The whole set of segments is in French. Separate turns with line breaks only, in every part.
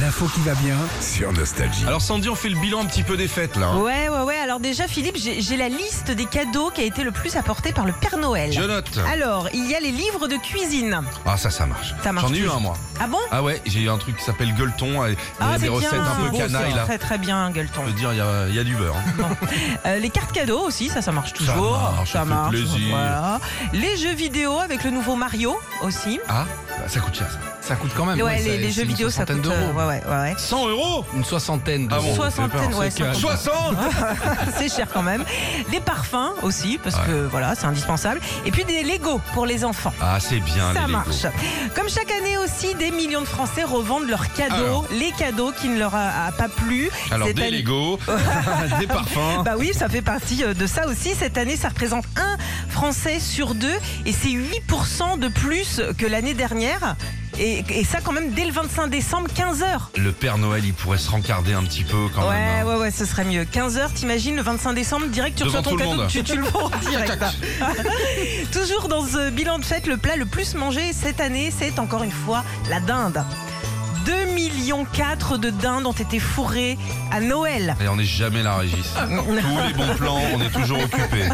l'info qui va bien.
Sur Nostalgie.
Alors Sandy, on fait le bilan un petit peu des fêtes là. hein.
Ouais, ouais, ouais. Alors déjà, Philippe, j'ai j'ai la liste des cadeaux qui a été le plus apporté par le Père Noël.
Je note.
Alors, il y a les livres de cuisine.
Ah ça, ça marche.
Ah. Ça marche
J'en ai eu
toujours.
un moi.
Ah bon
Ah ouais, j'ai eu un truc qui s'appelle gueuleton, et-
Ah,
et des
c'est
recettes
bien,
un peu
c'est
canailles là.
Très très bien, Gueuleton.
Je veux dire, il y a- il y, a du beurre. hein.
Euh, les cartes cadeaux aussi, ça, ça marche toujours.
marche, ça fait plaisir.
voilà. Les jeux vidéo avec le nouveau Mario aussi.
Ah, ça coûte cher ça.
Ça coûte
Ah,
quand même.
Ouais,
ouais,
les,
c'est-
les jeux
c'est
vidéo,
une
ça
soixantaine
coûte.
d'euros.
euh, ouais, ouais, ouais.
100 euros
Une soixantaine
Ah
d'euros.
bon,
Soixantaine, ouais,
Ah,
C'est que-
60
c'est cher quand même. Les parfums aussi, parce que voilà, c'est indispensable. Et puis des Lego pour les enfants.
Ah c'est bien les
Ça
Lego.
marche. Comme chaque année aussi, des millions de Français revendent leurs cadeaux,
Alors.
les cadeaux qui ne leur a, a pas plu.
Alors
Cette
des
année-
Lego, des parfums.
Bah oui, ça fait partie euh, de ça aussi. Cette année, ça représente un Français sur deux et c'est 8% de plus que l'année dernière. Et, et ça quand même dès le 25 décembre, 15h.
Le Père Noël, il pourrait se rencarder un petit peu quand
Ouais,
même. hein.
ouais, ouais, ce serait mieux. 15h, t'imagines, le 25 décembre, direct, tu
Devant
reçois ton
tout le
cadeau,
monde.
tu, tu le vends direct. Toujours dans ce bilan de fête, le plat le plus mangé cette année, c'est encore une fois la dinde. 2,4 millions de dindes ont été fourrées à Noël.
Et on n'est jamais là, Régis. Tous les bons plans, on est toujours occupé.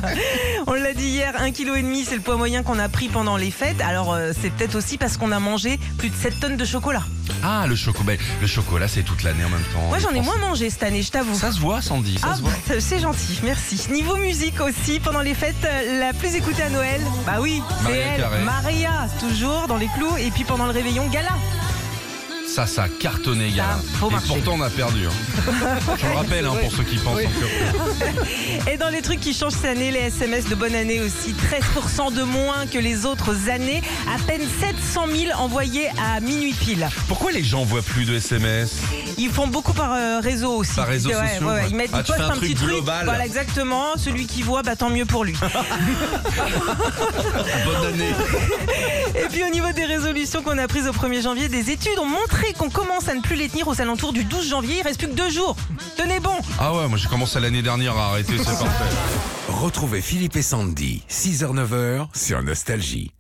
On l'a dit hier, 1,5 kg, c'est le poids moyen qu'on a pris pendant les fêtes. Alors, euh, c'est peut-être aussi parce qu'on a mangé plus de 7 tonnes de chocolat.
Ah, le chocolat. Le chocolat, c'est toute l'année en même temps.
Moi, j'en ai
Les
moins
Français.
mangé cette année, je t'avoue.
Ça se voit, Sandy, ça
Ah,
se voit.
bah, c'est gentil, merci. Niveau musique aussi, pendant les fêtes, euh, la plus écoutée à Noël, bah oui, c'est
Maria
elle,
Carey.
Maria, toujours dans les clous, et puis pendant le réveillon, gala.
Ça, ça a cartonné,
Ça
gars.
a trop
Et
marché.
pourtant, on a perdu. hein. Je le rappelle, hein, pour ceux qui pensent encore.
Et dans les trucs qui changent cette année, les SMS de bonne année aussi, 13% de moins que les autres années, à peine 700 000 envoyés à minuit pile.
Pourquoi les gens voient plus de SMS
Ils font beaucoup par euh, réseau aussi.
Par réseaux
Ouais,
sociaux,
ouais, ouais.
ouais.
Ils mettent
Ah,
ils
tu fais
postent
un
un, petit
truc
truc.
global.
Voilà, exactement. Celui qui voit, bah tant mieux pour lui.
Bonne année.
Et puis au niveau des résolutions qu'on a prises au 1er janvier, des études ont montré qu'on commence à ne plus les tenir aux alentours du 12 janvier. Il reste plus que deux jours. Tenez bon
Ah ouais, moi j'ai commencé l'année dernière à arrêter, c'est parfait.
Retrouvez Philippe et Sandy, 6h-9h sur Nostalgie.